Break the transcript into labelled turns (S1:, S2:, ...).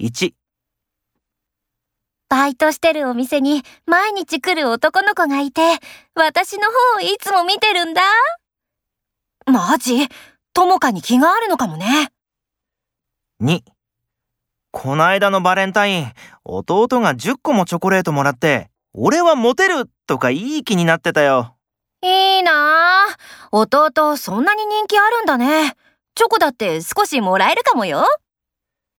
S1: 1、
S2: バイトしてるお店に毎日来る男の子がいて、私の方をいつも見てるんだ。マジともかに気があるのかもね。
S1: 2、こないだのバレンタイン、弟が10個もチョコレートもらって、俺はモテるとかいい気になってたよ。
S2: いいなあ。弟、そんなに人気あるんだね。チョコだって少しもらえるかもよ。